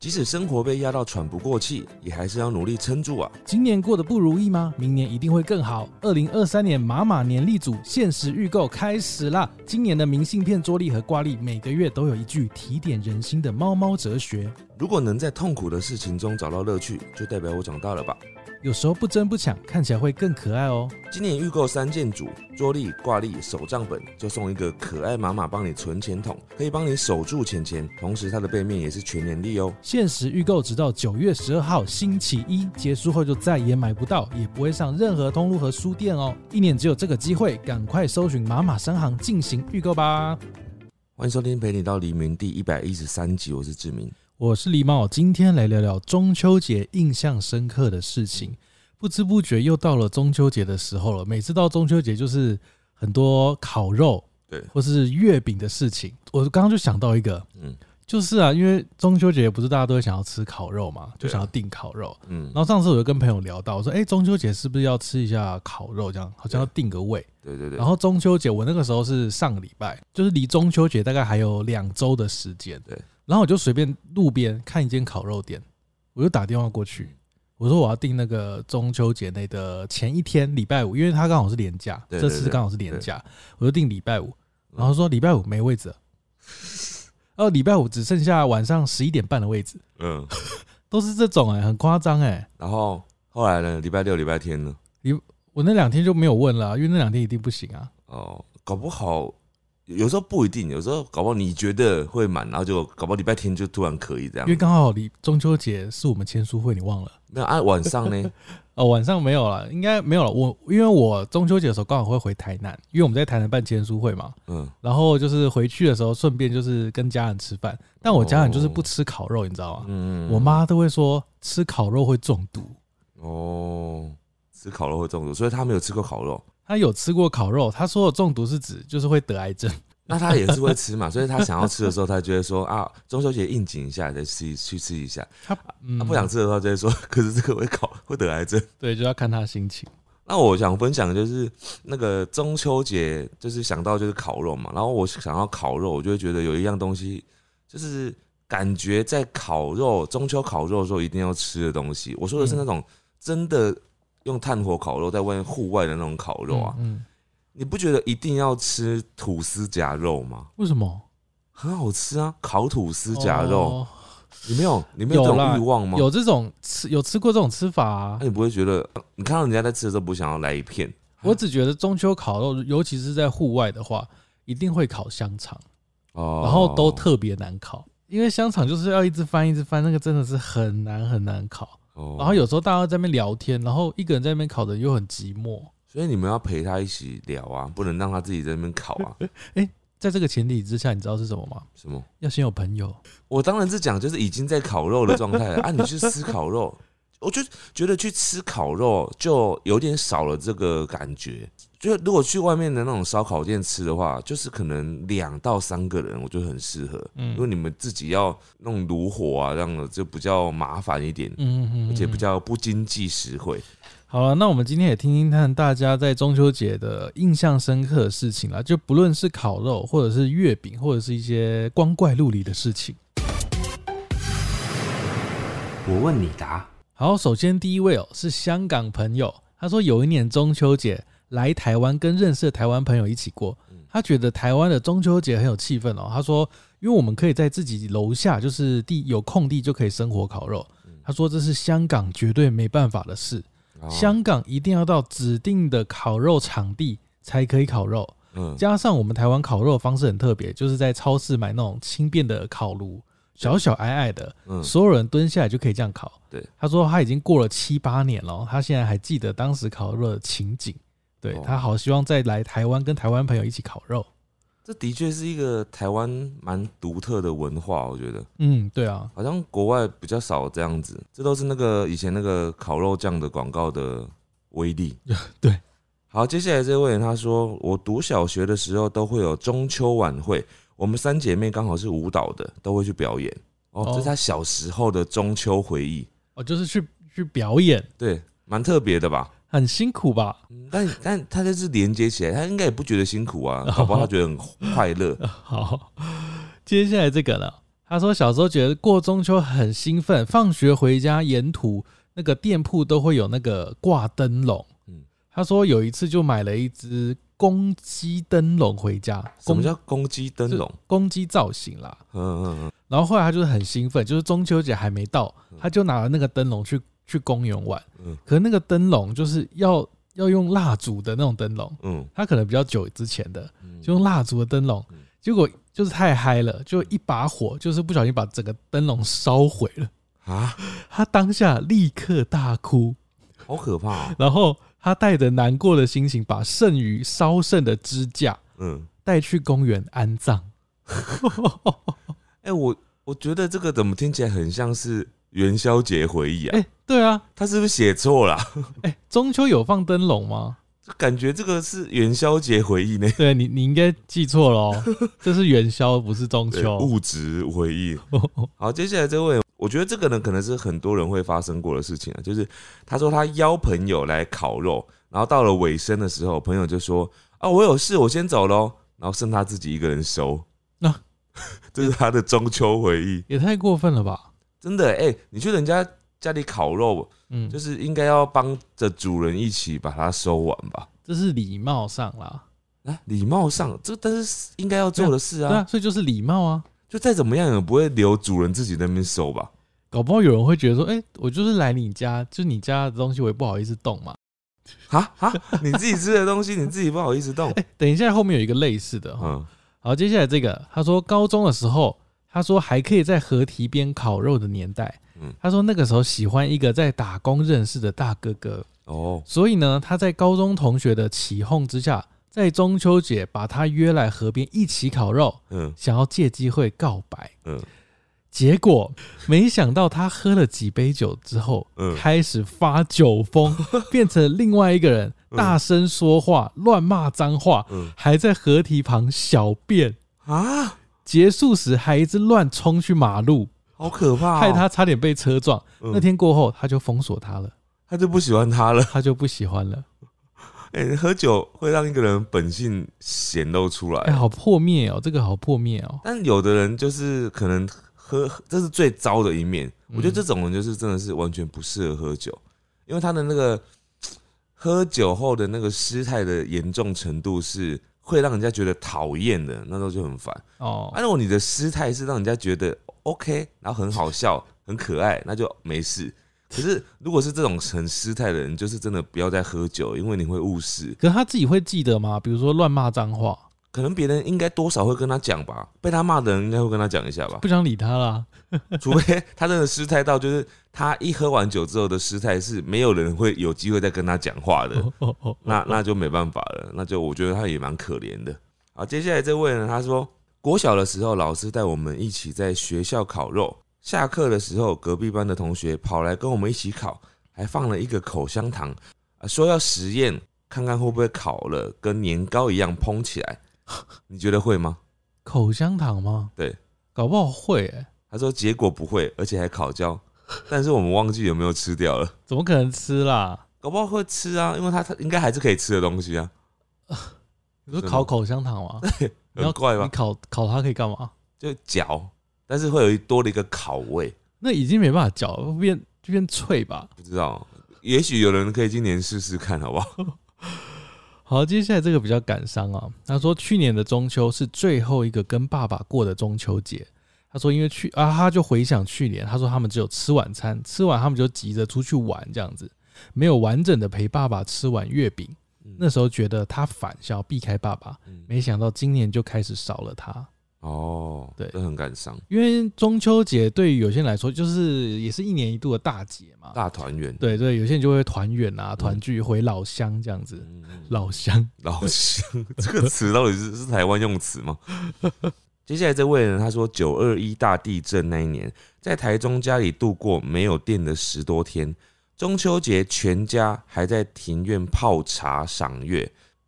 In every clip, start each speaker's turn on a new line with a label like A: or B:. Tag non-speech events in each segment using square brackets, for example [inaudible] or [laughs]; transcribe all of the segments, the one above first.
A: 即使生活被压到喘不过气，也还是要努力撑住啊！
B: 今年过得不如意吗？明年一定会更好。二零二三年马马年历组限时预购开始啦！今年的明信片桌历和挂历，每个月都有一句提点人心的猫猫哲学。
A: 如果能在痛苦的事情中找到乐趣，就代表我长大了吧。
B: 有时候不争不抢，看起来会更可爱哦。
A: 今年预购三件组桌历、挂历、手账本，就送一个可爱妈妈帮你存钱筒，可以帮你守住钱钱。同时，它的背面也是全年历哦。
B: 限时预购直到九月十二号星期一，结束后就再也买不到，也不会上任何通路和书店哦。一年只有这个机会，赶快搜寻马马商行进行预购吧。
A: 欢迎收听《陪你到黎明》第一百一十三集，我是志明。
B: 我是狸猫，今天来聊聊中秋节印象深刻的事情。不知不觉又到了中秋节的时候了，每次到中秋节就是很多烤肉，
A: 对
B: 或是月饼的事情。我刚刚就想到一个，
A: 嗯
B: 就是啊，因为中秋节不是大家都会想要吃烤肉嘛，就
A: 对啊
B: 想要订烤肉。
A: 嗯
B: 然，后上次我就跟朋友聊到，我说：“哎、中秋节是不是要吃一下烤肉？这样好像要定个位。
A: 对对对。
B: 然后中秋节，我那个时候是上个礼拜，就是离中秋节大概还有两周的时间。
A: 对。
B: 然后我就随便路边看一间烤肉店，我就打电话过去，我说我要订那个中秋节内的前一天礼拜五，因为它刚好是连假，
A: 对
B: 这
A: 对
B: 次
A: 对
B: 刚好是连
A: 对嗯
B: 假，我就订礼拜五。然后说礼拜五没位置了，然后礼拜五只剩下晚上十一点半的位置，
A: 嗯，
B: 都是这种哎、很夸张哎。
A: 然后后来呢？礼拜六、礼拜天呢？
B: 我那两天就没有问了啊、因为那两天一定不行啊。
A: 哦，搞不好有时候不一定，有时候搞不好你觉得会满，然后就搞不好礼拜天就突然可以这样
B: 因为。刚好离中秋节是我们签书会，你忘了？
A: 那啊，晚上
B: [laughs]
A: 呢？
B: 哦，晚上没有了，应该没有了。我因为我中秋节的时候刚好会回台南，因为我们在台南办签书会嘛。
A: 嗯，
B: 然后就是回去的时候，顺便就是跟家人吃饭。但我家人就是不吃烤肉，你知道吗？
A: 哦嗯
B: 我妈都会说吃烤肉会中毒。
A: 哦，吃烤肉会中毒，所以她没有吃过烤肉，
B: 她有吃过烤肉，她说的中毒是指就是会得癌症。
A: 那她也是会吃
B: [laughs]
A: 嘛，所以她想要吃的时候，她就会说啊，中秋节应景一下，再吃去吃一下。
B: 她嗯
A: 她、不想吃的话，就会说，可是这个会烤会得癌症。
B: 对，就要看她心情。
A: 那我想分享的就是那个中秋节，就是想到就是烤肉嘛，然后我想要烤肉，我就会觉得有一样东西，就是感觉在烤肉中秋烤肉的时候一定要吃的东西。我说的是那种真的用炭火烤肉，在外面户外的那种烤肉啊。
B: 嗯，嗯
A: 你不觉得一定要吃吐司夹肉吗？
B: 为什么？
A: 很好吃啊，烤吐司夹肉，
B: 哦
A: 你没有你没有这
B: 有啦
A: 种欲望吗？嗯
B: 有这种吃有吃过这种吃法、啊
A: 那、。你不会觉得你看到人家在吃的时候不想要来一片？
B: 我只觉得中秋烤肉，尤其是在户外的话，一定会烤香肠，
A: 哦，
B: 然后都特别难烤，因为香肠就是要一直翻一直翻，那个真的是很难很难烤。
A: 哦
B: 然后有时候大家在那边聊天，然后一个人在那边烤的又很寂寞。
A: 所以你们要陪他一起聊啊，不能让他自己在那边烤啊。 [laughs]
B: 在这个前提之下，你知道是什么吗？
A: 什么？
B: 要先有朋友。
A: 我当然是讲就是已经在烤肉的状态了啊，你去吃烤肉， [laughs] 我就觉得去吃烤肉就有点少了这个感觉。就如果去外面的那种烧烤店吃的话，就是可能两到三个人，我觉得很适合。
B: 嗯
A: 因为你们自己要弄炉火啊，这样的就比较麻烦一点，
B: 嗯嗯嗯，嗯
A: 而且比较不经济实惠。
B: 好了，那我们今天也听听看大家在中秋节的印象深刻的事情啦，就不论是烤肉，或者是月饼，或者是一些光怪陆离的事情。
C: 我问你答。
B: 好，首先第一位哦是香港朋友，他说有一年中秋节来台湾，跟认识的台湾朋友一起过，
A: 嗯
B: 他觉得台湾的中秋节很有气氛哦。他说，因为我们可以在自己楼下，就是地有空地就可以生火烤肉。他说这是香港绝对没办法的事，
A: 嗯哦
B: 香港一定要到指定的烤肉场地才可以烤肉。
A: 嗯，
B: 加上我们台湾烤肉的方式很特别，就是在超市买那种轻便的烤炉，小小矮矮的，
A: 嗯
B: 所有人蹲下来就可以这样烤。
A: 对，
B: 他说他已经过了七八年了，他现在还记得当时烤肉的情景。对、
A: 哦
B: 他好希望再来台湾跟台湾朋友一起烤肉。
A: 这的确是一个台湾蛮独特的文化，我觉得。
B: 嗯，对啊，。
A: 好像国外比较少这样子，这都是那个以前那个烤肉酱的广告的威力
B: [laughs] 对，
A: 好，接下来这位人他说，我读小学的时候都会有中秋晚会，我们三姐妹刚好是舞蹈的，都会去表演。哦
B: 哦，
A: 这是他小时候的中秋回忆，
B: 哦，就是去去表演，
A: 对，蛮特别的吧？
B: 很辛苦吧？
A: 嗯但但他这是连接起来，他应该也
B: [laughs]
A: 不觉得辛苦啊，搞不好他觉得很快乐。
B: 好，接下来这个呢，他他说小时候觉得过中秋很兴奋，放学回家沿途那个店铺都会有那个挂灯笼。嗯
A: 嗯，
B: 他说有一次就买了一只公鸡灯笼回家，
A: 什
B: 公
A: 么叫公鸡灯笼？
B: 公鸡造型啦。
A: 嗯嗯嗯，
B: 然后后来他就是很兴奋，就是中秋节还没到，他就拿了那个灯笼去去公园玩。
A: 嗯
B: 可是那个灯笼就是要要用蜡烛的那种灯笼，
A: 嗯
B: 他可能比较久之前的，
A: 嗯，
B: 就用蜡烛的灯笼
A: 嗯，
B: 结果就是太嗨了，就一把火，就是不小心把整个灯笼烧毁了。
A: 啊，
B: 他当下立刻大哭，
A: 好可怕、 [laughs] 哦。
B: 然后他带着难过的心情，把剩余烧剩的支架
A: 嗯，
B: 带去公园安葬。
A: 哎、我我觉得这个怎么听起来很像是元宵节回忆啊？
B: 哎、对啊，
A: 他是不是写错了啊？
B: 哎、中秋有放灯笼吗？
A: 感觉这个是元宵节回忆呢。
B: [laughs] 对你，你应该记错了
A: [laughs]
B: 哦，这是元宵，不是中
A: 对
B: 秋。
A: 物质回
B: [laughs]
A: 忆。好，接下来这位，我觉得这个呢，可能是很多人会发生过的事情啊，就是他说他邀朋友来烤肉，然后到了尾声的时候，朋友就说：“啊，我有事，我先走喽。”
B: [laughs]
A: 然后剩他自己一个人收。那、
B: 啊
A: [laughs] 这是他的中秋回忆，
B: 也太过分了吧？
A: 真的哎、你去人家家里烤肉，
B: 嗯，
A: 就是应该要帮着主人一起把它收完吧。
B: 这是礼貌上啦，
A: 啊，礼貌上这但是应该要做的事
B: 对
A: 啊
B: 啊，，所以就是礼貌啊。
A: 就再怎么样也不会留主人自己在那边收吧。
B: 搞不好有人会觉得说，哎、我就是来你家，就你家的东西我也不好意思动嘛。
A: 啊啊！你自己吃的东西，你自己不好意思动。
B: [laughs] 哎、等一下，后面有一个类似的哈。
A: 嗯，
B: 好，接下来这个，他说高中的时候，他说还可以在河堤边烤肉的年代，
A: 嗯
B: 他说那个时候喜欢一个在打工认识的大哥哥，
A: 哦，
B: 所以呢，他在高中同学的起哄之下，在中秋节把他约来河边一起烤肉，
A: 嗯
B: 想要借机会告白。
A: 嗯
B: 结果没想到他喝了几杯酒之后，
A: 嗯
B: 开始发酒疯，变成另外一个人，
A: 嗯
B: 大声说话、乱骂脏话，
A: 嗯
B: 还在河堤旁小便。
A: 啊，
B: 结束时还一直乱冲去马路，
A: 好可怕、哦！
B: 害他差点被车撞。
A: 嗯
B: 那天过后，他就封锁他了，
A: 他就不喜欢他了。
B: 他就不喜欢了。
A: 哎、喝酒会让一个人本性显露出来。
B: 哎，好破灭哦，这个好破灭哦。
A: 但有的人就是可能喝，这是最糟的一面。
B: 嗯
A: 我觉得这种人就是真的是完全不适合喝酒，因为他的那个喝酒后的那个失态的严重程度是会让人家觉得讨厌的，那时候就很烦。
B: 哦
A: 啊，，如果你的失态是让人家觉得 OK，然后很好笑、很可爱，那就没事。可是如果是这种很失态的人，就是真的不要再喝酒，因为你会误事。
B: 可是他自己会记得吗？比如说乱骂脏话，
A: 可能别人应该多少会跟他讲吧，被他骂的人应该会跟他讲一下吧
B: [laughs] 不。想理他啦。
A: 除非他真的失态到，就是他一喝完酒之后的失态是没有人会有机会再跟他讲话的。
B: 哦哦哦，
A: 那那就没办法了，那就我觉得他也蛮可怜的。好，接下来这位呢，他说国小的时候，老师带我们一起在学校烤肉，下课的时候，隔壁班的同学跑来跟我们一起烤，还放了一个口香糖，啊说要实验看看会不会烤了跟年糕一样蓬起
B: [laughs]
A: 来。你觉得会吗？
B: 口香糖吗？
A: 对，
B: 搞不好会哎、
A: 他说结果不会，而且还烤焦，但是我们忘记有没有吃掉了。
B: 怎么可能吃啦？
A: 搞不好会吃啊，因为它它应该还是可以吃的东西啊，
B: 你说
A: 真的
B: 烤口香糖 [laughs] 吗？你要
A: 很怪
B: 你
A: 吧？
B: 烤烤它可以干嘛？
A: 就嚼，但是会有一多了一个烤味。
B: 那已经没办法嚼了，会变就变脆吧。
A: 不知道，也许有人可以今年试试看，好不好？
B: 好，接下来这个比较感伤啊。他说去年的中秋是最后一个跟爸爸过的中秋节。他说因为去啊，他就回想去年，他说他们只有吃晚餐，吃完他们就急着出去玩这样子，没有完整的陪爸爸吃完月饼。那时候觉得他反，想要避开爸爸，
A: 嗯
B: 没想到今年就开始少了他。
A: 哦，
B: 对
A: 这很感伤，
B: 因为中秋节对于有些人来说，就是也是一年一度的大节嘛。
A: 大嗯团圆。
B: 啊对对，有些人就会团圆啊，团聚回老乡这样子。
A: 嗯，
B: 老乡， [laughs]
A: 老乡 [laughs] 这个词到底是是台湾用词吗？接下来这位呢，他说九二一大地震那一年，在台中家里度过没有电的十多天，中秋节全家还在庭院泡茶赏月。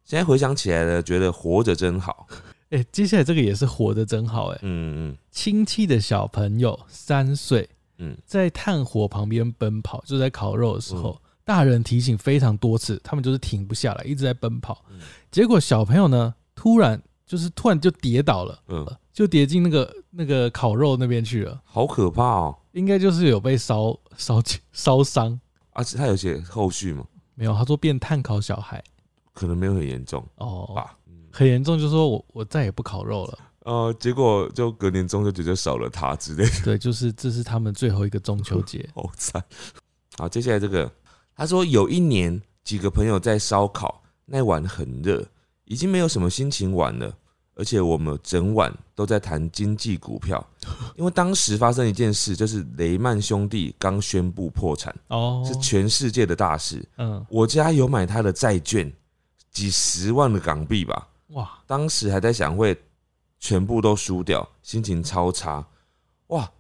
A: 现在回想起来了，觉得活着真好。
B: 哎、接下来这个也是活得真好哎、
A: 嗯嗯
B: 亲戚的小朋友三岁，
A: 嗯，
B: 在炭火旁边奔跑，就在烤肉的时候，
A: 嗯
B: 大人提醒非常多次，他们就是停不下来，一直在奔跑。
A: 嗯
B: 结果小朋友呢，突然就是突然就跌倒了，
A: 嗯
B: 就跌进那个那个烤肉那边去了，
A: 好可怕哦！
B: 应该就是有被烧烧烧伤。
A: 而且啊他有些后续嘛，
B: 没有，他说变炭烤小孩
A: 可能没有很严重
B: 哦，
A: 吧。嗯
B: 很严重，就说我我再也不烤肉了。
A: 呃，结果就隔年中秋节就少了他之类的，。
B: 对，就是这是他们最后一个中秋节
A: [laughs] 好惨。好，接下来这个，他说有一年几个朋友在烧烤，那晚很热，已经没有什么心情玩了，而且我们整晚都在谈经济股票，因为当时发生一件事，就是雷曼兄弟刚宣布破产，
B: [laughs] 哦，
A: 是全世界的大事。
B: 嗯，
A: 我家有买他的债券，几十万的港币吧，
B: 哇，
A: 当时还在想会全部都输掉，心情超差。哇，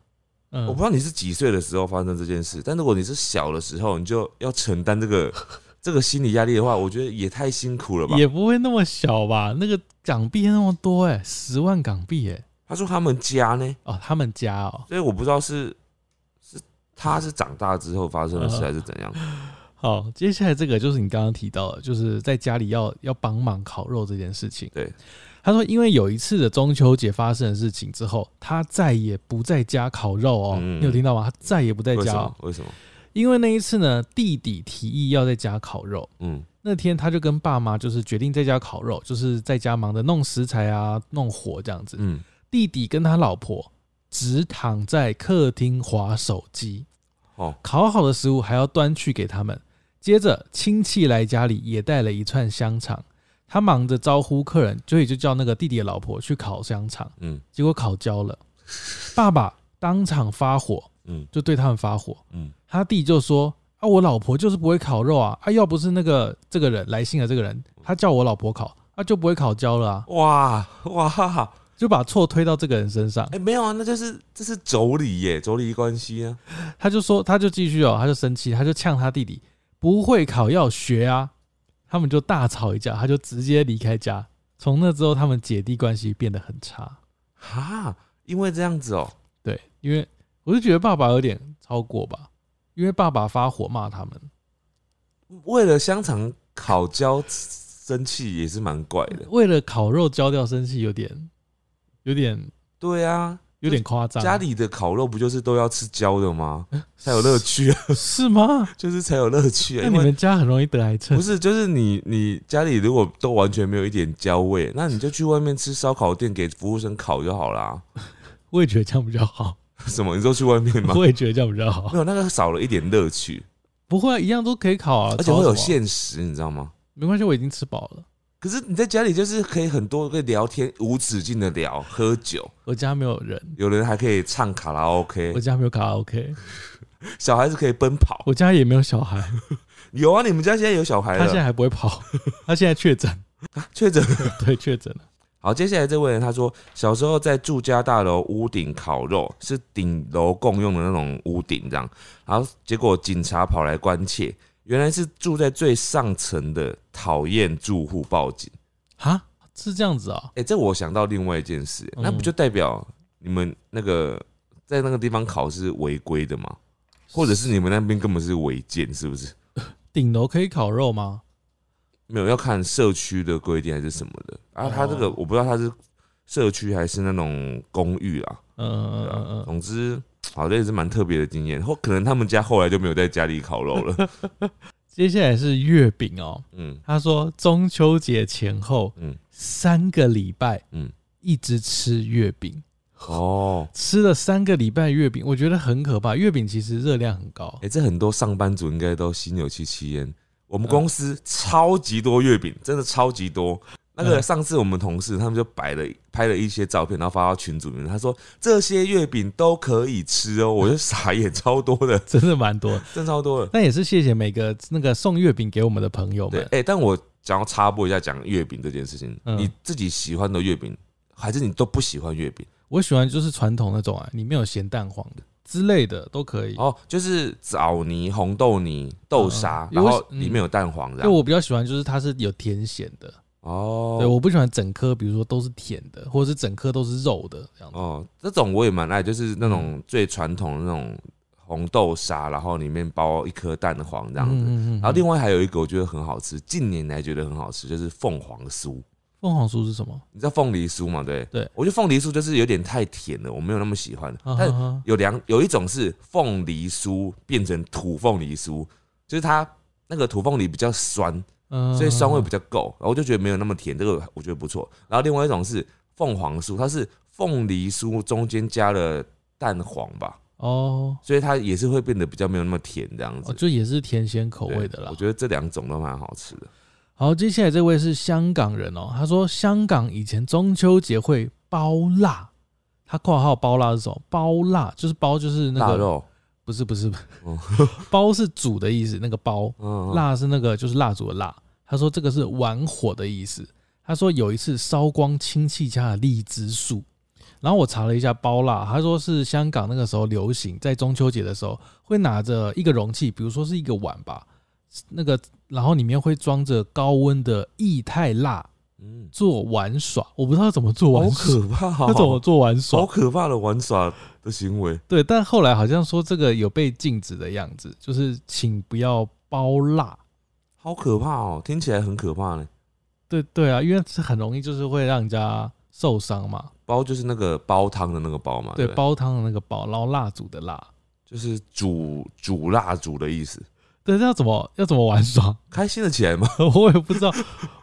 B: 嗯，
A: 我不知道你是几岁的时候发生这件事，但如果你是小的时候，你就要承担这个 [laughs] 这个心理压力的话，我觉得也太辛苦了吧。
B: 也不会那么小吧？那个港币那么多哎、十万港币哎、
A: 他说他们家呢，
B: 哦，他们家哦，
A: 所以我不知道是是他是长大之后发生的事
B: 嗯
A: 还是怎样。
B: 好，接下来这个就是你刚刚提到的，就是在家里要要帮忙烤肉这件事情。
A: 对，
B: 他说因为有一次的中秋节发生的事情之后，他再也不在家烤肉哦，
A: 嗯
B: 你有听到吗？他再也不在
A: 为
B: 家
A: 什
B: 哦、
A: 么？为什么？
B: 因为那一次呢，弟弟提议要在家烤肉。
A: 嗯
B: 那天他就跟爸妈就是决定在家烤肉，就是在家忙着弄食材啊、弄火这样子。
A: 嗯，
B: 弟弟跟他老婆只躺在客厅划手机，
A: 哦，
B: 烤好的食物还要端去给他们。接着亲戚来家里也带了一串香肠，他忙着招呼客人，所以就叫那个弟弟的老婆去烤香肠，
A: 嗯
B: 结果烤焦了，爸爸当场发火，
A: 嗯
B: 就对他们发火。
A: 嗯，
B: 他弟就说：“啊，我老婆就是不会烤肉啊，啊，要不是那个这个人来信的这个人，他叫我老婆烤，啊，就不会烤焦了啊，
A: 哇哇哈哈，
B: 就把错推到这个人身上。”
A: 哎、没有啊，那就是这是妯娌耶，妯娌关系啊。
B: 他就说，他就继续哦，他就生气，他就呛他弟弟不会考要学啊，他们就大吵一架，他就直接离开家。从那之后，他们姐弟关系变得很差。
A: 哈，因为这样子哦、
B: 对，因为我就觉得爸爸有点超过吧，因为爸爸发火骂他们，
A: 为了香肠烤焦生气也是蛮怪的。
B: 为了烤肉焦掉生气，有点有点
A: 对啊，
B: 有点夸张。
A: 家里的烤肉不就是都要吃焦的吗？才有乐趣啊， [laughs]
B: 是吗？
A: 就是才有乐趣啊。
B: 那
A: 因
B: 你
A: 为
B: 们家很容易得癌症
A: 不是，就是你你家里如果都完全没有一点焦味，那你就去外面吃烧烤店给服务生烤就好啦。 [laughs]
B: 我也觉得这样比较好，
A: 什么？你说去外面
B: [laughs]
A: 吗？
B: 我也觉得这样比较好
A: 没。有，那个少了一点乐趣，
B: 不会啊，一样都可以烤啊，
A: 而且会
B: 吵
A: 有
B: 什么，
A: 限时，你知道吗？
B: 没关系，我已经吃饱了。
A: 可是你在家里就是可以很多个聊天，无止境的聊，喝酒，
B: 我家没有人，
A: 有人还可以唱卡拉 OK，
B: 我家没有卡拉 OK，
A: 小孩子可以奔跑。
B: 我家也没有小孩，
A: 有啊，你们家现在有小孩
B: 他现在
A: 了，
B: 还不会跑， [laughs] 他现在确诊， [laughs]
A: 确诊。
B: 对，确诊了。
A: 好，接下来这位人他说，小时候在住家大楼屋顶烤肉，是顶楼共用的那种屋顶这样，然后结果警察跑来关切，原来是住在最上层的讨厌住户报警。
B: 哈，是这样子啊、
A: 哎、这我想到另外一件事，
B: 嗯
A: 那不就代表你们那个在那个地方烤是违规的吗？或者是你们那边根本是违建，是不是？
B: 顶楼可以烤肉吗？
A: 没有要看社区的规定还是什么的。啊，他这个
B: 哦
A: 我不知道他是社区还是那种公寓啊。
B: 嗯
A: 对
B: 嗯
A: 啊
B: 嗯嗯，
A: 总之，好，这也是蛮特别的经验。或可能他们家后来就没有在家里烤肉了。 [laughs]
B: 接下来是月饼哦，
A: 嗯，
B: 他说中秋节前后，
A: 嗯
B: 三个礼拜，
A: 嗯
B: 一直吃月饼，
A: 哦，
B: 吃了三个礼拜月饼，我觉得很可怕。月饼其实热量很高
A: 哎、，这很多上班族应该都心有戚戚焉。我
B: 嗯
A: 们公司超级多月饼，真的超级多。那个
B: 嗯
A: 上次我们同事他们就摆了拍了一些照片，然后发到群组里面。他说这些月饼都可以吃哦，我就傻眼，超多的，
B: 真的蛮多的。
A: 真超多的。
B: 但也是谢谢每个那个送月饼给我们的朋友
A: 对，
B: 们。
A: 哎、但我想要插播一下讲月饼这件事情。
B: 嗯
A: 你自己喜欢的月饼，还是你都不喜欢月饼？
B: 我喜欢就是传统那种啊，里面有咸蛋黄的之类的都可以。
A: 哦，就是枣泥、红豆泥、豆沙
B: 嗯，嗯
A: 然后
B: 嗯
A: 里面有蛋黄这
B: 就
A: 样。
B: 我比较喜欢就是它是有甜咸的，对，
A: 哦，
B: 我不喜欢整颗，比如说都是甜的，或者是整颗都是肉的这样子。
A: 哦，这种我也蛮爱，就是那
B: 嗯
A: 种最传统的那种红豆沙，然后里面包一颗蛋黄这样子。
B: 嗯嗯嗯
A: 然后另
B: 外
A: 外还有一个我觉得很好吃，近年来觉得很好吃，就是凤凰酥。
B: 凤凰酥是什么？
A: 你知道凤梨酥嘛？对，
B: 对
A: 我觉得凤梨酥就是有点太甜了，我没有那么喜欢。
B: 啊
A: 但
B: 哈哈
A: 有两有一种是凤梨酥变成土凤梨酥，就是它那个土凤梨比较酸，
B: 嗯
A: 所以酸味比较够，然后我就觉得没有那么甜，这个我觉得不错。然后另外一种是凤凰酥，它是凤梨酥中间加了蛋黄吧，
B: 哦，
A: 所以它也是会变得比较没有那么甜这样子
B: 哦，。就也是甜咸口味的
A: 对
B: 啦
A: 我。觉得这两种都蛮好吃的。
B: 好，接下来这位是香港人哦，他说香港以前中秋节会包腊，他括号包腊是什么？包腊就是包就是那
A: 腊
B: 个
A: 肉，
B: 不是不是，不是
A: 哦
B: 包是煮的意思，那个包
A: 嗯，
B: 蜡是那个就是蜡烛的蜡。他说这个是玩火的意思。他说有一次烧光亲戚家的荔枝树，然后我查了一下包蜡，他说是香港那个时候流行，在中秋节的时候会拿着一个容器，比如说是一个碗吧，那个然后里面会装着高温的液态蜡
A: 嗯，
B: 做玩耍。我不知道怎么做
A: 好
B: 玩耍，
A: 可怕、
B: [laughs] 他怎么
A: 哦，
B: 做玩耍
A: 好？可怕的玩耍的行为。
B: 对，但后来好像说这个有被禁止的样子，就是请不要包蜡。
A: 好可怕哦，听起来很可怕呢。
B: 对对啊，因为是很容易就是会让人家受伤嘛。
A: 煲就是那个煲汤的那个煲嘛，
B: 对，
A: 啊对不对，
B: 煲汤的那个煲，然后蜡烛的蜡。
A: 就是煮煮蜡烛的意思。
B: 对，这要怎么要怎么玩耍？ [laughs]
A: 开心的起来吗？
B: 我也不知道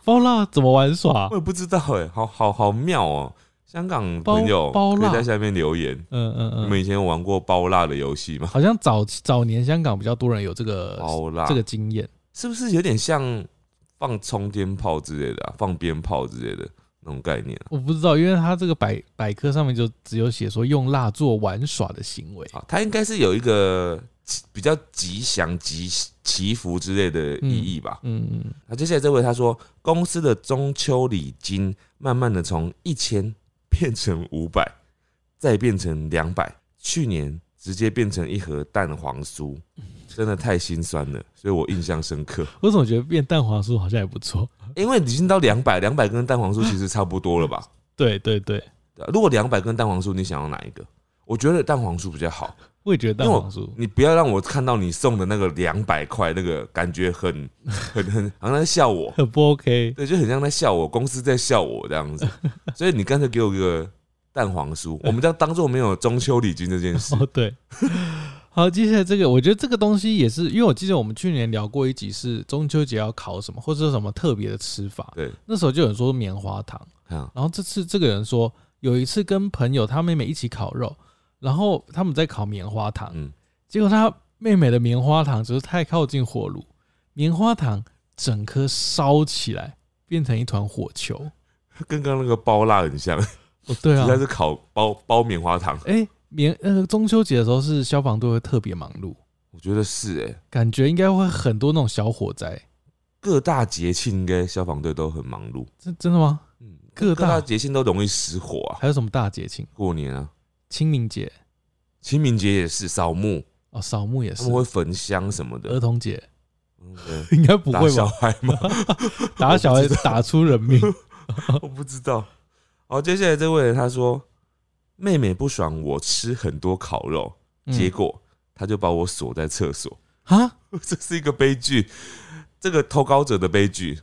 B: 包蜡怎么玩耍
A: 我。也不知道哎，好好好妙哦！香港朋友
B: 包包
A: 可
B: 蜡
A: 以在下面留言，
B: 嗯
A: 你们
B: 嗯嗯，
A: 以前有玩过包蜡的游戏吗？
B: 好像早早年香港比较多人有这个
A: 包蜡
B: 呃这个经验。
A: 是不是有点像放冲天炮之类的啊、放鞭炮之类的那种概念啊
B: 我不知道，因为它这个百百科上面就只有写说用蜡做玩耍的行为。
A: 啊？啊它应该是有一个吉比较吉祥、吉祈福之类的意义吧？
B: 嗯嗯，
A: 那接下来这位他说，公司的中秋礼金慢慢的从一千变成五百，再变成两百，去年直接变成一盒蛋黄酥，真的太心酸了，所以我印象深刻。
B: 我怎么觉得变蛋黄酥好像也不错？ [laughs]
A: 因为已经到两百，两百跟蛋黄酥其实差不多了吧？
B: 对对对，
A: 对啊如果两百跟蛋黄酥，你想要哪一个？我觉得蛋黄酥比较好，
B: 我也觉得蛋
A: 因为我
B: 黄酥。
A: 你不要让我看到你送的那个两百块，那个感觉很很很好像在笑我。
B: 很不 OK，
A: 对，就很像在笑我，公司在笑我这样子。所以你干脆给我一个蛋黄酥，我们这样当做没有中秋礼金这件事。
B: [laughs] 哦，对。好，接下来这个，我觉得这个东西也是，因为我记得我们去年聊过一集是中秋节要烤什么，或者有什么特别的吃法。
A: 对，
B: 那时候就有人说棉花糖，
A: 啊，
B: 然后这次这个人说有一次跟朋友他妹妹一起烤肉，然后他们在烤棉花糖，
A: 嗯
B: 结果他妹妹的棉花糖只是太靠近火炉，棉花糖整颗烧起来变成一团火球。
A: 跟刚刚那个包辣很像，
B: 哦，对啊
A: 应，该是烤包包棉花糖。
B: 哎、棉那个中秋节的时候是消防队会特别忙碌。
A: 我觉得是哎、
B: 感觉应该会很多那种小火灾，
A: 各大节庆应该消防队都很忙碌，
B: 真真的吗？
A: 嗯，
B: 各
A: 各大
B: 大
A: 节庆都容易失火啊，
B: 还有什么大节庆？
A: 过年啊，
B: 清明节
A: 清明节也是扫墓，
B: 哦，扫墓也
A: 他
B: 是
A: 们，会焚香什么
B: 儿
A: 的，
B: 童节
A: 嗯对
B: 应呃该不
A: 打
B: 会
A: 小
B: 吧？
A: 孩吗？ [laughs]
B: 打小孩打出人命，
A: 我不知道。好，接下来这位他说，妹妹不爽我吃很多烤肉，结果他就把我锁在厕所， [laughs]
B: 嗯啊，
A: 这是一个悲剧，这个投稿者的悲剧。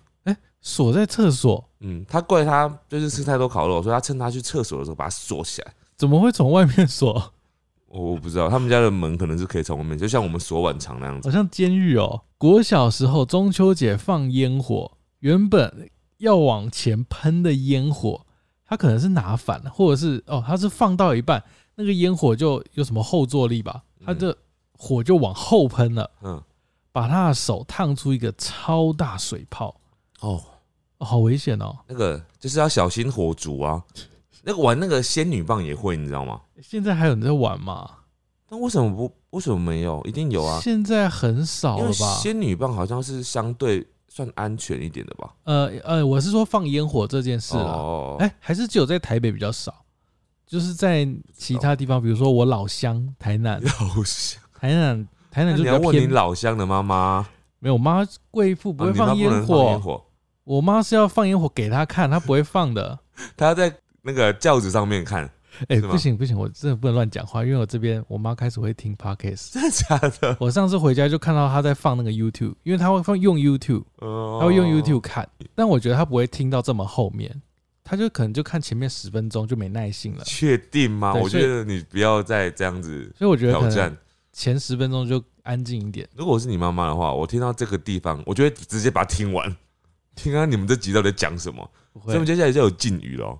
B: 锁在厕所，
A: 嗯，他怪他就是吃太多烤肉，所以他趁他去厕所的时候把它锁起来。
B: 怎么会从外面锁？ [laughs]
A: 我我不知道，他们家的门可能是可以从外面，就像我们锁碗肠那样子。
B: 好像监狱哦。国小时候中秋节放烟火，原本要往前喷的烟火，它可能是拿反了，或者是哦，它是放到一半，那个烟火就有什么后坐力吧，它的火就往后喷了。
A: 嗯，
B: 把他的手烫出一个超大水泡，
A: 哦，
B: 哦、好危险哦！
A: 那个就是要小心火烛啊。那个玩那个仙女棒也会，你知道吗？
B: 现在还有人在玩吗？
A: 但为什么不？为什么没有？一定有啊，
B: 现在很少
A: 因
B: 了
A: 为
B: 吧？
A: 仙女棒好像是相对算安全一点的吧？
B: 呃呃，我是说放烟火这件事啦。
A: 哦 [laughs]
B: 哎、还是只有在台北比较少，就是在其他地方，比如说我老乡台
A: [laughs]
B: 南，
A: 老乡，
B: 台南台
A: 那
B: 南就
A: 你
B: 比
A: 要
B: 较
A: 问你
B: 偏。
A: 老乡的妈妈，
B: 没有，我妈贵妇不
A: 啊
B: 会
A: 你妈
B: 放
A: 不能
B: 烟火，
A: 烟火，
B: 我妈是要放烟火给她看，她不会放的。
A: [laughs] 他要在那个轿子上面看， [laughs]
B: 哎、
A: 是吗
B: 不行不行，我真的不能乱讲话，因为我这边我妈开始会听 podcast。
A: 真的假的？
B: 我上次回家就看到他在放那个 YouTube，因为他会放用 YouTube，
A: 哦
B: 他会用 YouTube 看，但我觉得他不会听到这么后面，他就可能就看前面十分钟就没耐性了，
A: 确定吗？
B: 对
A: 我
B: 所以
A: 觉得你不要再这样子
B: 所以我觉得
A: 挑
B: 可
A: 战
B: 能。前十分钟就安静一点。
A: 如果我是你妈妈的话，我听到这个地方，我就会直接把它听完， [laughs] 听看你们这集到底在讲什么。
B: 不
A: 所
B: 会
A: 以我，们接下来就有禁语了 [laughs] 哦。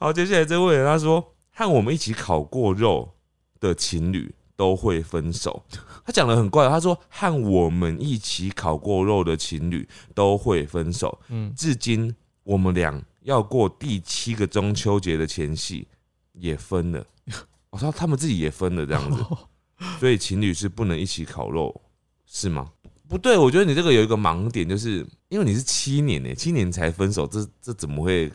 A: 好，接下来这位人他说，和我们一起烤过肉的情侣都会分手。 [laughs] 他讲的很怪哦，他说和我们一起烤过肉的情侣都会分手。
B: 嗯，
A: 至今我们俩要过第七个中秋节的前夕也分了。我说他们自己也分了这
B: [laughs]
A: 样子，
B: 哦
A: 所以情侣是不能一起烤肉，是吗？不对，我觉得你这个有一个盲点，就是因为你是七年呢、七年才分手，这这怎么会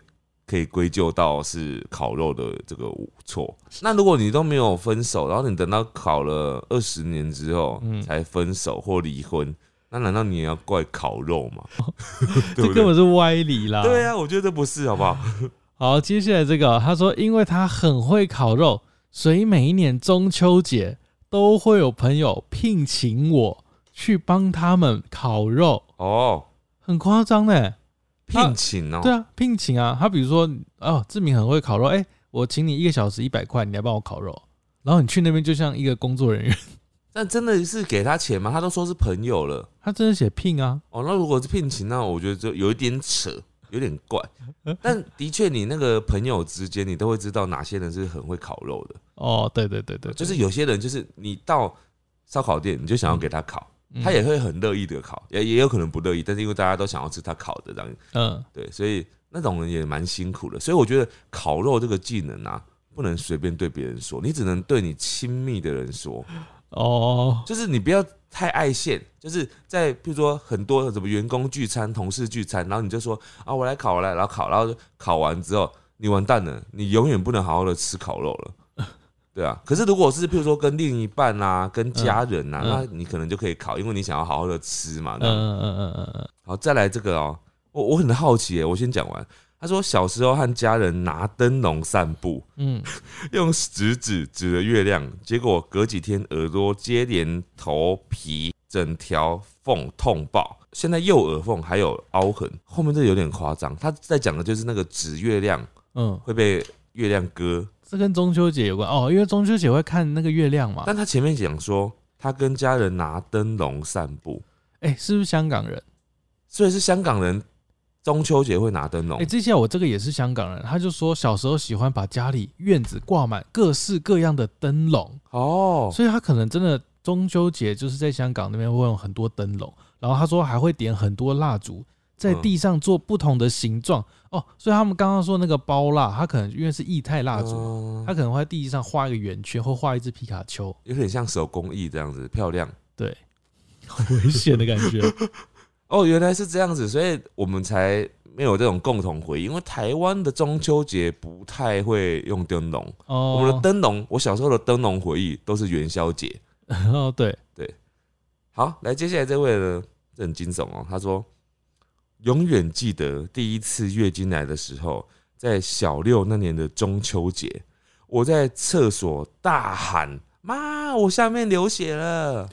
A: 可以归咎到是烤肉的这个错？那如果你都没有分手，然后你等到烤了二十年之后
B: 嗯
A: 才分手或离婚，那难道你也要怪烤肉吗？ [laughs] 对
B: 哦这
A: 不
B: 根
A: 对？
B: 本是歪理啦。
A: 对啊，我觉得这不是好不好？
B: 好，接下来这个，他说，因为他很会烤肉，所以每一年中秋节都会有朋友聘请我去帮他们烤肉，
A: 哦，
B: 很夸张呢。
A: 聘请哦，
B: 对啊，聘请啊，他比如说，哦，志明很会烤肉，哎、我请你一个小时一百块，你来帮我烤肉，然后你去那边就像一个工作人员，
A: 但真的是给他钱吗？他都说是朋友了。
B: 他真的写聘啊，
A: 哦，那如果是聘请，那我觉得就有一点扯，有点怪。
B: [laughs]
A: 但的确，你那个朋友之间，你都会知道哪些人是很会烤肉的。
B: 哦，对对对对对
A: 就是有些人，就是你到烧烤店，你就想要给他烤，
B: 嗯
A: 他也，会很乐意的烤，也也有可能不乐意，但是因为大家都想要吃他烤的，这样
B: 嗯嗯，
A: 对，所以那种人也蛮辛苦的。所以我觉得烤肉这个技能啊，不能随便对别人说，你只能对你亲密的人说。
B: 哦，
A: 就是你不要太爱现，就是在譬如说很多什么员工聚餐、同事聚餐，然后你就说啊，我来烤，我来，然后烤，然后烤完之后你完蛋了，你永远不能好好的吃烤肉了。对啊，可是如果是譬如说跟另一半啊、跟家人啊，
B: 嗯嗯
A: 那你可能就可以烤，因为你想要好好的吃嘛。
B: 嗯
A: 那
B: 嗯嗯嗯嗯嗯，
A: 好，再来这个哦，我我很好奇耶，我先讲完。他说小时候和家人拿灯笼散步，
B: 嗯，
A: 用食指指着月亮，结果隔几天耳朵接连头皮整条缝痛爆，现在右耳缝还有凹痕。后面这有点夸张，他在讲的就是那个指月亮
B: 嗯，
A: 会被月亮割，
B: 这跟中秋节有关哦，因为中秋节会看那个月亮嘛。
A: 但他前面讲说他跟家人拿灯笼散步，
B: 哎、是不是香港人？
A: 所以是香港人中秋节会拿灯笼
B: 哎、。这下我这个也是香港人，他就说小时候喜欢把家里院子挂满各式各样的灯笼，
A: 哦，
B: 所以他可能真的中秋节就是在香港那边会有很多灯笼，然后他说还会点很多蜡烛，
A: 嗯
B: 在地上做不同的形状、哦。所以他们刚刚说那个包蜡，他可能因为是液态蜡烛，
A: 烛
B: 他可能会在地上画一个圆圈或画一只皮卡丘，
A: 有点像手工艺这样子漂亮。 [laughs]
B: 对，好危险的感觉。
A: 哦，原来是这样子，所以我们才没有这种共同回忆。因为台湾的中秋节不太会用灯笼，
B: [laughs] 哦，
A: 我们的灯笼，我小时候的灯笼回忆都是元宵节。
B: [laughs] 哦对，
A: 好，来，接下来这位呢，这很惊悚哦。他说，永远记得第一次月经来的时候，在小六那年的中秋节，我在厕所大喊：“妈，我下面流血了！”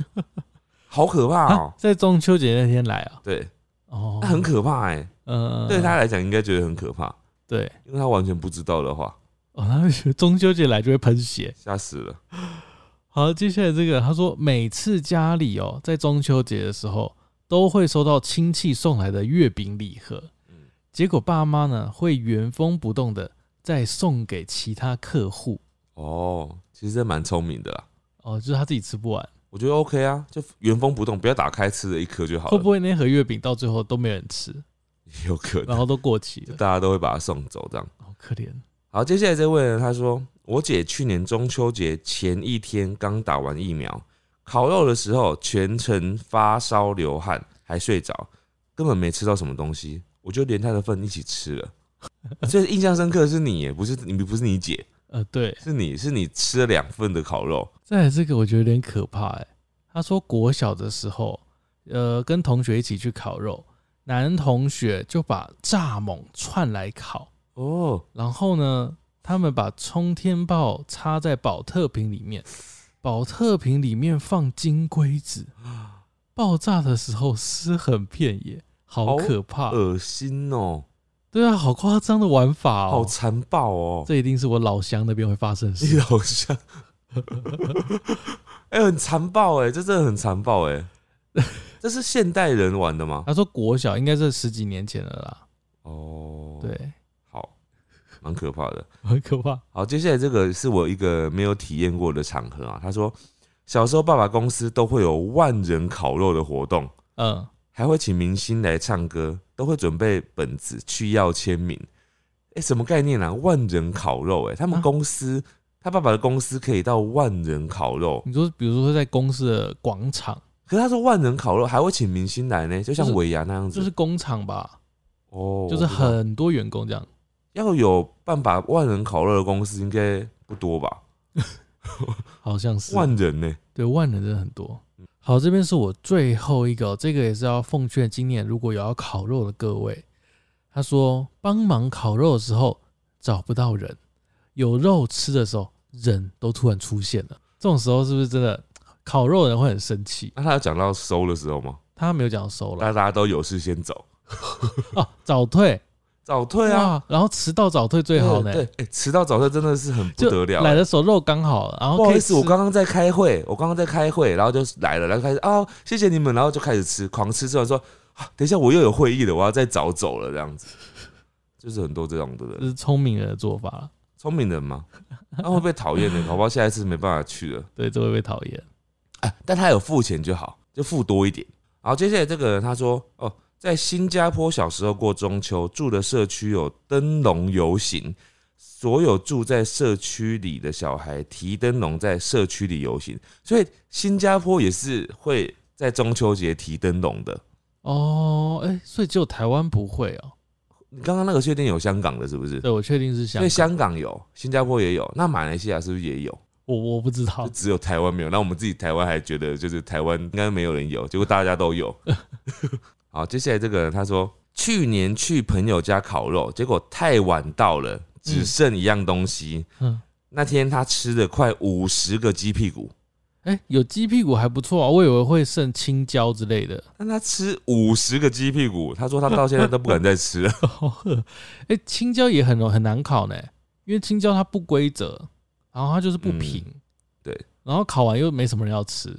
A: 好可怕
B: 啊
A: 哦，！
B: 在中秋节那天来啊，
A: 对，
B: 哦，
A: 那很可怕哎、
B: 嗯，
A: 对他来讲应该觉得很可怕。
B: 对，
A: 因为他完全不知道的话，
B: 哦，他会觉得中秋节来就会喷血。
A: 吓死了。
B: 好，接下来这个，他说每次家里哦，在中秋节的时候都会收到亲戚送来的月饼礼盒，
A: 嗯
B: 结果爸妈呢会原封不动的再送给其他客户，
A: 哦，其实这蛮聪明的啦，
B: 哦，就是他自己吃不完，
A: 我觉得 OK 啊，就原封不动，不要打开吃了一颗就好了。
B: 会哦不会那盒月饼到最后都没人吃，
A: 也有可
B: 然
A: 能，
B: 后都过期
A: 就
B: 了，
A: 大家都会把它送走这样。
B: 好可怜。
A: 好，接下来这位呢，他说，我姐去年中秋节前一天刚打完疫苗，烤肉的时候全程发烧流汗，还睡着，根本没吃到什么东西，我就连她的份一起吃了。 [laughs] 所以印象深刻的是你耶，不是你，不是你姐，
B: 呃，对，
A: 是你是你吃了两份的烤肉，
B: 再来这个我觉得有点可怕哎、他说国小的时候，呃，跟同学一起去烤肉，男同学就把蚱蜢串来烤，
A: 哦，
B: 然后呢，他们把冲天炮插在保特瓶里面，保特瓶里面放金龟
A: [gasps]
B: 子，爆炸的时候尸横遍野，好
A: 好
B: 可怕。
A: 恶心哦！
B: 对啊，好夸张的玩法
A: 好
B: 哦！
A: 残暴哦！
B: 这一定是我老乡那边会发生的
A: [laughs] 你
B: 事。
A: 老乡，哎、很残暴哎、这真的很残暴 [laughs] 哎、这是现代人玩的吗？
B: 他说国小应该是十几年前了啦，
A: 哦，，
B: 对，
A: 好，蛮可怕的。
B: 很可怕。
A: 好，接下来这个是我一个没有体验过的场合啊。他说，小时候爸爸公司都会有万人烤肉的活动，
B: 嗯，
A: 还会请明星来唱歌，都会准备本子去要签名。哎、什么概念啊？万人烤肉、哎，他们
B: 啊
A: 公司、他爸爸的公司可以到万人烤肉，
B: 你说比如说在公司的广场，
A: 可是他说万人烤肉还会请明星来呢，就像
B: 就是
A: 尾牙那样子，
B: 就是工厂吧，
A: 哦，
B: 就是
A: 我不知道
B: 很多员工这样。
A: 要有办法万人烤肉的公司应该不多吧？
B: 好像是
A: 万人呢、
B: 对万人真的很多。
A: 嗯
B: 好，这边是我最后一个哦、这个也是要奉劝今年如果有要烤肉的各位，他说帮忙烤肉的时候找不到人，有肉吃的时候人都突然出现了，这种时候是不是真的烤肉的人会很生气？
A: 那他有讲到收的时候吗？
B: 他没有讲收
A: 大 [laughs]
B: 了
A: 家大家都有事先走，
B: 哦，早
A: [laughs]
B: 退
A: 早退啊，
B: 哇，然后迟到早退最好呢，
A: 对，哎迟、到早退真的是很不
B: 就
A: 得了、啊欸
B: 来的时候肉刚好，然后
A: 不好
B: 可以
A: 意思，我
B: 吃
A: 刚刚在开会，我刚刚在开会，然后就来了，然后开始啊、谢谢你们，然后就开始吃，狂吃之后说、啊，等一下我又有会议了，我要再早走了，这样子， [laughs] 就是很多这种的
B: 这
A: 人，
B: 是聪明人的做法了，
A: 聪明人嘛，那、会被讨厌的，搞不好下一次没办法去了，
B: 对，这会被讨厌。
A: 哎，但他有付钱就好，就付多一点。好，接下来这个人他说哦，在新加坡小时候过中秋，住的社区有灯笼游行，所有住在社区里的小孩提灯笼在社区里游行，所以新加坡也是会在中秋节提灯笼的。
B: 哦，哎、所以只有台湾不会哦。
A: 你刚刚那个确定有香港的，是不是？
B: 对，我确定是香
A: 所以
B: 港，
A: 香港有，新加坡也有，那马来西亚是不是也有？
B: 我我不知
A: 就
B: 道，
A: 只有台湾没有。那我们自己台湾还觉得就是台湾应该没有人有，结果大家都
B: [laughs]
A: 有。好，接下来这个人他说，去年去朋友家烤肉，结果太晚到了，只剩一样东西。
B: 嗯，
A: 那天他吃了快五十个鸡屁股，
B: 哎、有鸡屁股还不错啊，我以为会剩青椒之类的。 [laughs]
A: 但他吃五十个鸡屁股，他说他到现在都不敢再吃
B: [laughs]
A: 了。
B: 哎、青椒也很容很难烤呢，因为青椒它不规则，然后它就是不平。
A: 嗯对，
B: 然后烤完又没什么人要吃，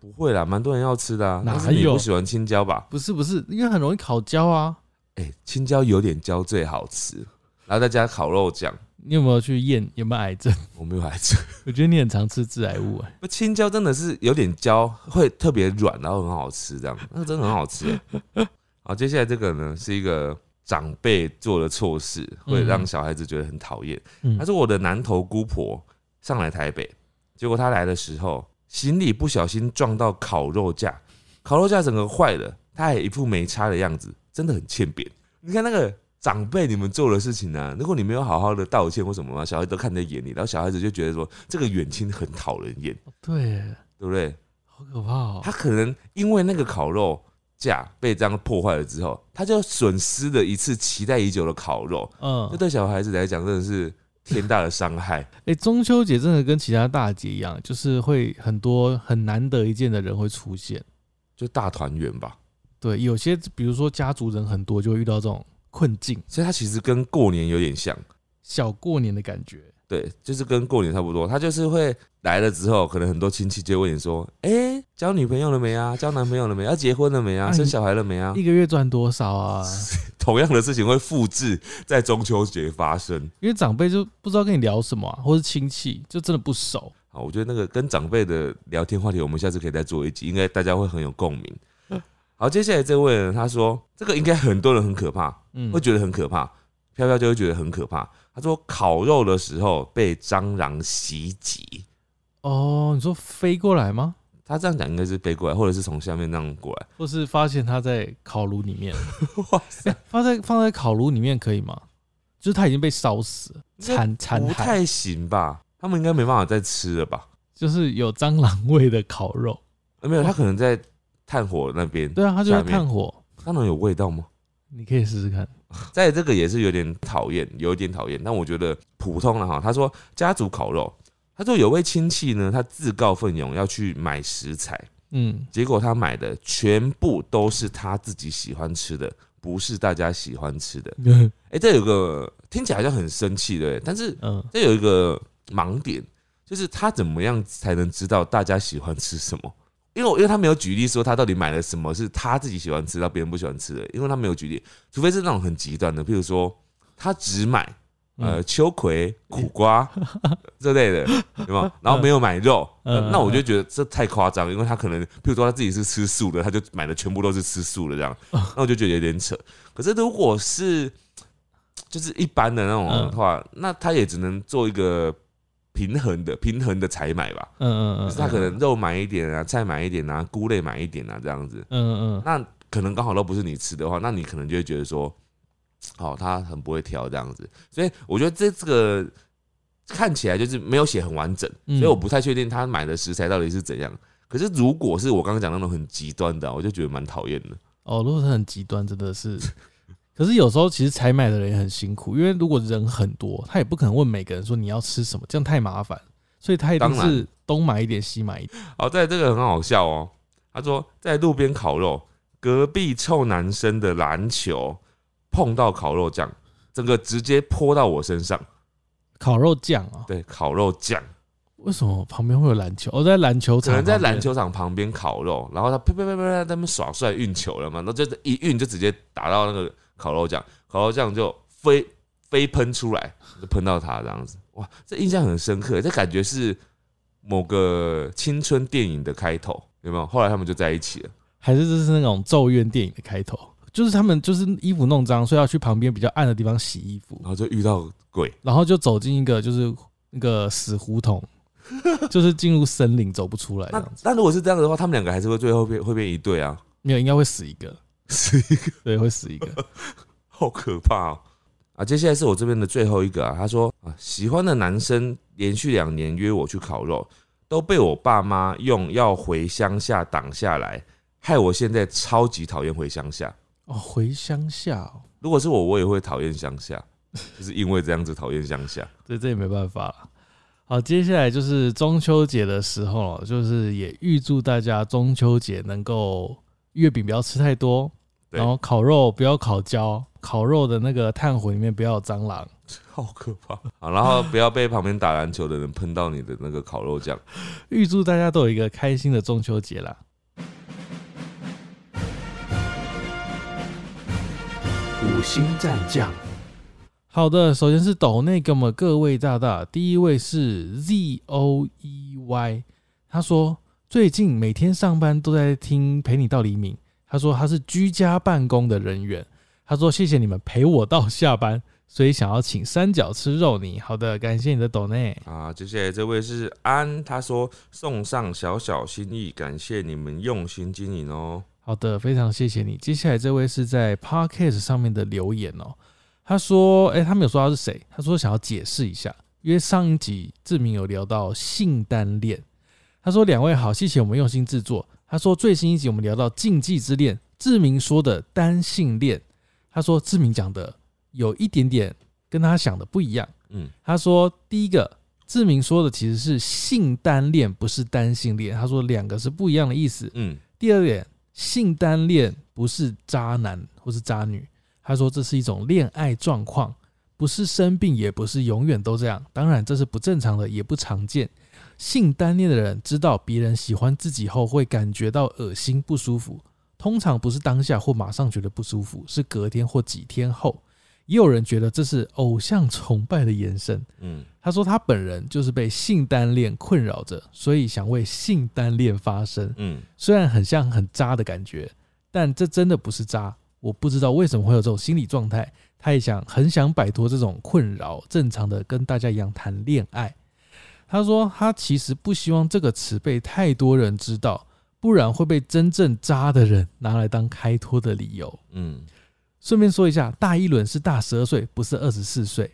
A: 不会啦，蛮多人要吃的、啊，
B: 哪
A: 但是你
B: 有
A: 不喜欢青椒吧？
B: 不是不是，因为很容易烤焦啊。
A: 哎、青椒有点焦最好吃，然后再加烤肉酱，
B: 你有没有去验有没有癌症？ [laughs]
A: 我没有来吃。
B: 我觉得你很常吃致癌物哎、
A: 不，青椒真的是有点焦，会特别软，然后很好吃，这样，那个真的很好吃欸。好，接下来这个呢是一个长辈做的错事，会让小孩子觉得很讨厌。
B: 嗯
A: 他，说我的南头姑婆上来台北，结果她来的时候，行李不小心撞到烤肉架，烤肉架整个坏了，她还一副没擦的样子，真的很欠扁。你看那个长辈你们做的事情呢、啊，如果你没有好好的道歉或什么嘛，小孩都看在眼里，然后小孩子就觉得说这个远亲很讨人厌，
B: 对，
A: 对不对？
B: 好可怕哦、
A: 他可能因为那个烤肉架被这样破坏了之后，他就损失了一次期待已久的烤肉，
B: 嗯
A: 这，对小孩子来讲真的是天大的伤害。
B: 哎、中秋节真的跟其他大节一样，就是会很多很难得一见的人会出现。
A: 就大团圆吧，
B: 对，有些比如说家族人很多，就会遇到这种困境，
A: 所以它其实跟过年有点像，
B: 小过年的感觉。
A: 对，就是跟过年差不多。他就是会来了之后，可能很多亲戚就会问你说：“哎、交女朋友了没啊？交男朋友了没？要结婚了没啊？
B: 啊
A: 生小孩了没啊
B: 一个月赚多少啊？？” [laughs]
A: 同样的事情会复制在中秋节发生。
B: 因为长辈就不知道跟你聊什么、啊，或是亲戚就真的不熟。
A: 好，我觉得那个跟长辈的聊天话题，我们下次可以再做一集，应该大家会很有共鸣。好，接下来这位呢，他说这个应该很多人很可怕，
B: 嗯
A: 会，觉得很可怕，飘飘就会觉得很可怕。他说烤肉的时候被蟑螂袭击，
B: 哦，你说飞过来吗？
A: 他这样讲应该是飞过来，或者是从下面那样过
B: [laughs]
A: 来。
B: 或是发现它在烤炉里面？
A: 哇塞，
B: 放在放在烤炉里面可以吗？就是它已经被烧死了，残残
A: 不
B: 骸，
A: 太行吧？他们应该没办法再吃了吧？
B: 就是有蟑螂味的烤肉。
A: 呃没有，他可能在炭火那边，
B: 对啊，它就
A: 下
B: 会
A: 面
B: 炭火，
A: 蟑螂有味道吗？
B: 你可以试试看。
A: 在这个也是有点讨厌，有一点讨厌，但我觉得普通啊了哈。他说家族烤肉，他说有位亲戚呢，他自告奋勇要去买食材，
B: 嗯，
A: 结果他买的全部都是他自己喜欢吃的，不是大家喜欢吃的。
B: 嗯
A: 哎、这有个听起来好像很生气对不对，但是
B: 嗯
A: 这有一个盲点，就是他怎么样才能知道大家喜欢吃什么？因为我因为他没有举例说他到底买了什么是他自己喜欢吃，到别人不喜欢吃的，因为他没有举例，除非是那种很极端的，譬如说他只买
B: 嗯
A: 呃秋葵、苦
B: [laughs]
A: 瓜这类的，对吗？然后没有买肉，呃
B: 嗯
A: 那那我就觉得这太夸张，因为他可能譬如说他自己是吃素的，他就买的全部都是吃素的这样，
B: 哦
A: 那我就觉得有点扯。可是如果是就是一般的那种
B: 嗯
A: 的话，那他也只能做一个平衡的平衡的采买吧，
B: 嗯嗯
A: 就
B: 嗯，
A: 是他可能肉买一点啊，菜买一点啊，菇类买一点啊，这样子。
B: 嗯嗯
A: 那可能刚好都不是你吃的话，那你可能就会觉得说，哦，他很不会挑这样子。所以我觉得这这个看起来就是没有写很完整，
B: 嗯
A: 所以我不太确定他买的食材到底是怎样。可是如果是我刚刚讲那种很极端的啊，我就觉得蛮讨厌的。
B: 哦，如果是很极端，真的是。可是有时候其实采买的人也很辛苦，因为如果人很多，他也不可能问每个人说你要吃什么，这样太麻烦，所以他一定
A: 当然
B: 是东买一点西买一点。
A: 好，在这个很好笑哦。他说在路边烤肉，隔壁臭男生的篮球碰到烤肉酱，整个直接泼到我身上。
B: 烤肉酱啊、
A: 对，烤肉酱，
B: 为什么旁边会有篮球？哦，在篮球
A: 可
B: 场
A: 能
B: 旁边，
A: 在篮球场旁边烤肉，然后他啪啪啪啪啪在那边耍帅运球了嘛，然后就是一运就直接打到那个烤肉酱，烤肉酱就飞飞喷出来，就喷到他这样子。哇，这印象很深刻，这感觉是某个青春电影的开头，有没有？后来他们就在一起了。
B: 还是这是那种咒怨电影的开头，就是他们就是衣服弄脏，所以要去旁边比较暗的地方洗衣服
A: 然，后就遇到鬼，
B: 然后就走进一个就是那个死胡同， [laughs] 就是进入森林走不出来这
A: 那
B: 样子。
A: 那如果是这样的话，他们两个还是会最后变会变一对 [laughs] 啊，
B: 没有，应该会死一个，
A: 是一个
B: 对，会死一个。
A: 好可怕哦、啊，接下来是我这边的最后一个啊，他说啊，喜欢的男生连续两年约我去烤肉，都被我爸妈用要回乡下挡下来，害我现在超级讨厌回乡下。
B: 哦，回乡下、哦，
A: 如果是我，我也会讨厌乡下， [laughs] 就是因为这样子讨厌乡
C: [laughs]
A: 下。
B: 对，这也没办法了。好，接下来就是中秋节的时候了，就是也预祝大家中秋节能够月饼不要吃太多，
A: 对
B: 然后烤肉不要烤焦，烤肉的那个炭火里面不要有蟑螂。
A: 好可怕！好，然后不要被旁边打篮球的人喷到你的那个烤肉酱。
B: 预祝大家都有一个开心的中秋节啦！
C: 五星战将，
B: 好的，首先是抖内给我们各位大大，第一位是 Z O E Y，他说最近每天上班都在听《陪你到黎明》，他说他是居家办公的人员，他说谢谢你们陪我到下班，所以想要请三角吃肉泥。好的，感谢你的抖内，
A: 啊，接下来这位是安，他说送上小小心意，感谢你们用心经营哦。
B: 好的，非常谢谢你。接下来这位是在 Podcast 上面的留言哦，他说，哎、他没有说他是谁，他说想要解释一下，因为上一集志明有聊到性单恋，他说两位好，谢谢我们用心制作。他说最新一集我们聊到禁忌之恋，志明说的单性恋，他说志明讲的有一点点跟他想的不一样。
A: 嗯，
B: 他说第一个志明说的其实是性单恋，不是单性恋，他说两个是不一样的意思。
A: 嗯，
B: 第二点，性单恋不是渣男或是渣女，他说这是一种恋爱状况，不是生病，也不是永远都这样。当然，这是不正常的，也不常见。性单恋的人知道别人喜欢自己后，会感觉到恶心不舒服，通常不是当下或马上觉得不舒服，是隔天或几天后。也有人觉得这是偶像崇拜的延伸，
A: 嗯，
B: 他说他本人就是被性单恋困扰着，所以想为性单恋发声。
A: 嗯，
B: 虽然很像很渣的感觉，但这真的不是渣。我不知道为什么会有这种心理状态。他也想很想摆脱这种困扰，正常的跟大家一样谈恋爱。他说他其实不希望这个词被太多人知道，不然会被真正渣的人拿来当开脱的理由。
A: 嗯，
B: 顺便说一下，大一轮是大十二岁，不是二十四岁。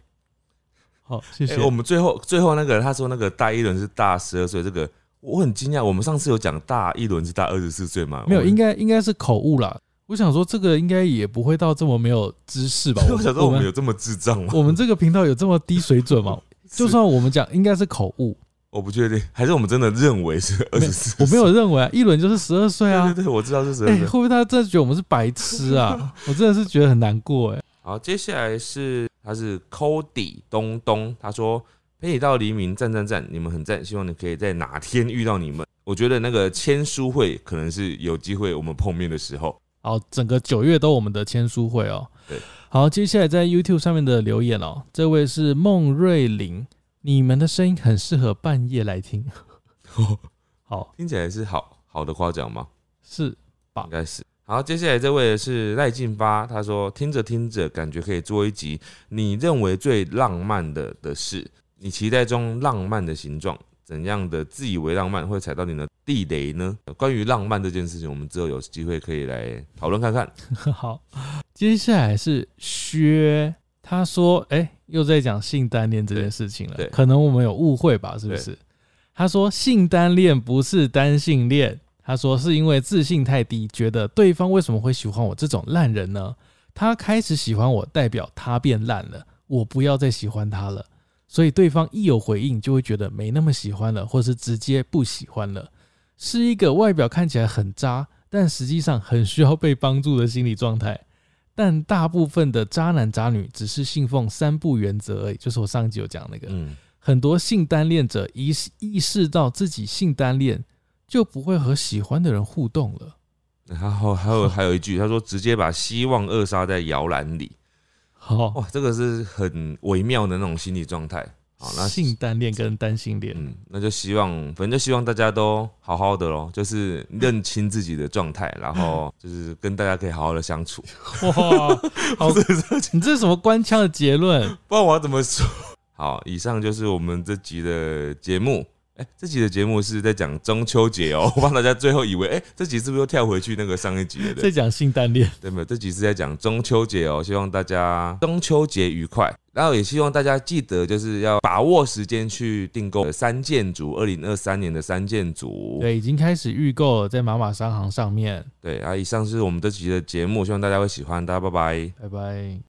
B: 好，谢谢。
A: 哎、我们最后最后那个他说那个大一轮是大十二岁，这个我很惊讶，我们上次有讲大一轮是大二十四岁吗？
B: 没有，
A: 我们？
B: 应该应该是口误啦。我想说这个应该也不会到这么没有知识吧
A: [laughs] 我想说我
B: [laughs]
A: 们有这么智障吗？ [laughs]
B: 我们这个频道有这么低水准吗？就算我们讲应该是口误，
A: 我不确定，还是我们真的认为是二十四？
B: 我没有认为、啊、一轮就是十二岁啊
A: 对。对对，我知道是十
B: 哎、
A: 二岁
B: 会。不会他真的觉得我们是白痴
A: [laughs]
B: 啊？我真的是觉得很难过哎、
A: 好，接下来是他是 Cody 东东，他说陪你到黎明，赞赞赞，你们很赞，希望你可以在哪天遇到你们。我觉得那个签书会可能是有机会我们碰面的时候。
B: 好，整个九月都我们的签书会哦。
A: 对，
B: 好，接下来在 YouTube 上面的留言哦，这位是孟瑞玲，你们的声音很适合半夜
A: [laughs]
B: 来听。好，
A: 听起来是好好的夸奖吗？
B: 是吧
A: 应该是。好，接下来这位是赖进发，他说听着听着，感觉可以做一集你认为最浪漫的的事，你期待中浪漫的形状，怎样的自以为浪漫会踩到你的地雷呢？关于浪漫这件事情，我们之后有机会可以来讨论看看。
B: [laughs] 好，接下来是薛，他说：“哎、又在讲性单恋这件事情
A: 对
B: 了，
A: 对
B: 可能我们有误会吧？是不是？”他说：“性单恋不是单性恋，他说是因为自信太低，觉得对方为什么会喜欢我这种烂人呢？他开始喜欢我，代表他变烂了，我不要再喜欢他了。”所以对方一有回应，就会觉得没那么喜欢了，或是直接不喜欢了，是一个外表看起来很渣，但实际上很需要被帮助的心理状态。但大部分的渣男渣女只是信奉三不原则而已，就是我上一集有讲那个，
A: 嗯，
B: 很多性单恋者意识意识到自己性单恋，就不会和喜欢的人互动了。
A: 然后还有还有一句，他说直接把希望扼杀在摇篮里，
B: 好，
A: 哇，这个是很微妙的那种心理状态。好，那
B: 性单恋跟单性恋，
A: 嗯，那就希望，反正就希望大家都好好的咯，就是认清自己的状态，然后就是跟大家可以好好的相处。
B: 哇，好，你这是什么官腔的结论？
A: [laughs] 不然我要怎么说？好，以上就是我们这集的节目。哎、这集的节目是在讲中秋节哦， [laughs] 我怕大家最后以为，哎、这集是不是又跳回去那个上一集 [laughs] 了？对不对
B: 在讲性单恋，
A: 对没有，这集是在讲中秋节哦，希望大家中秋节愉快。然后也希望大家记得，就是要把握时间去订购三件组，二零二三年的三件组。
B: 对，已经开始预购了，在马马商行上面，
A: 对啊，以上是我们这集的节目，希望大家会喜欢，大家拜拜。
B: 拜拜。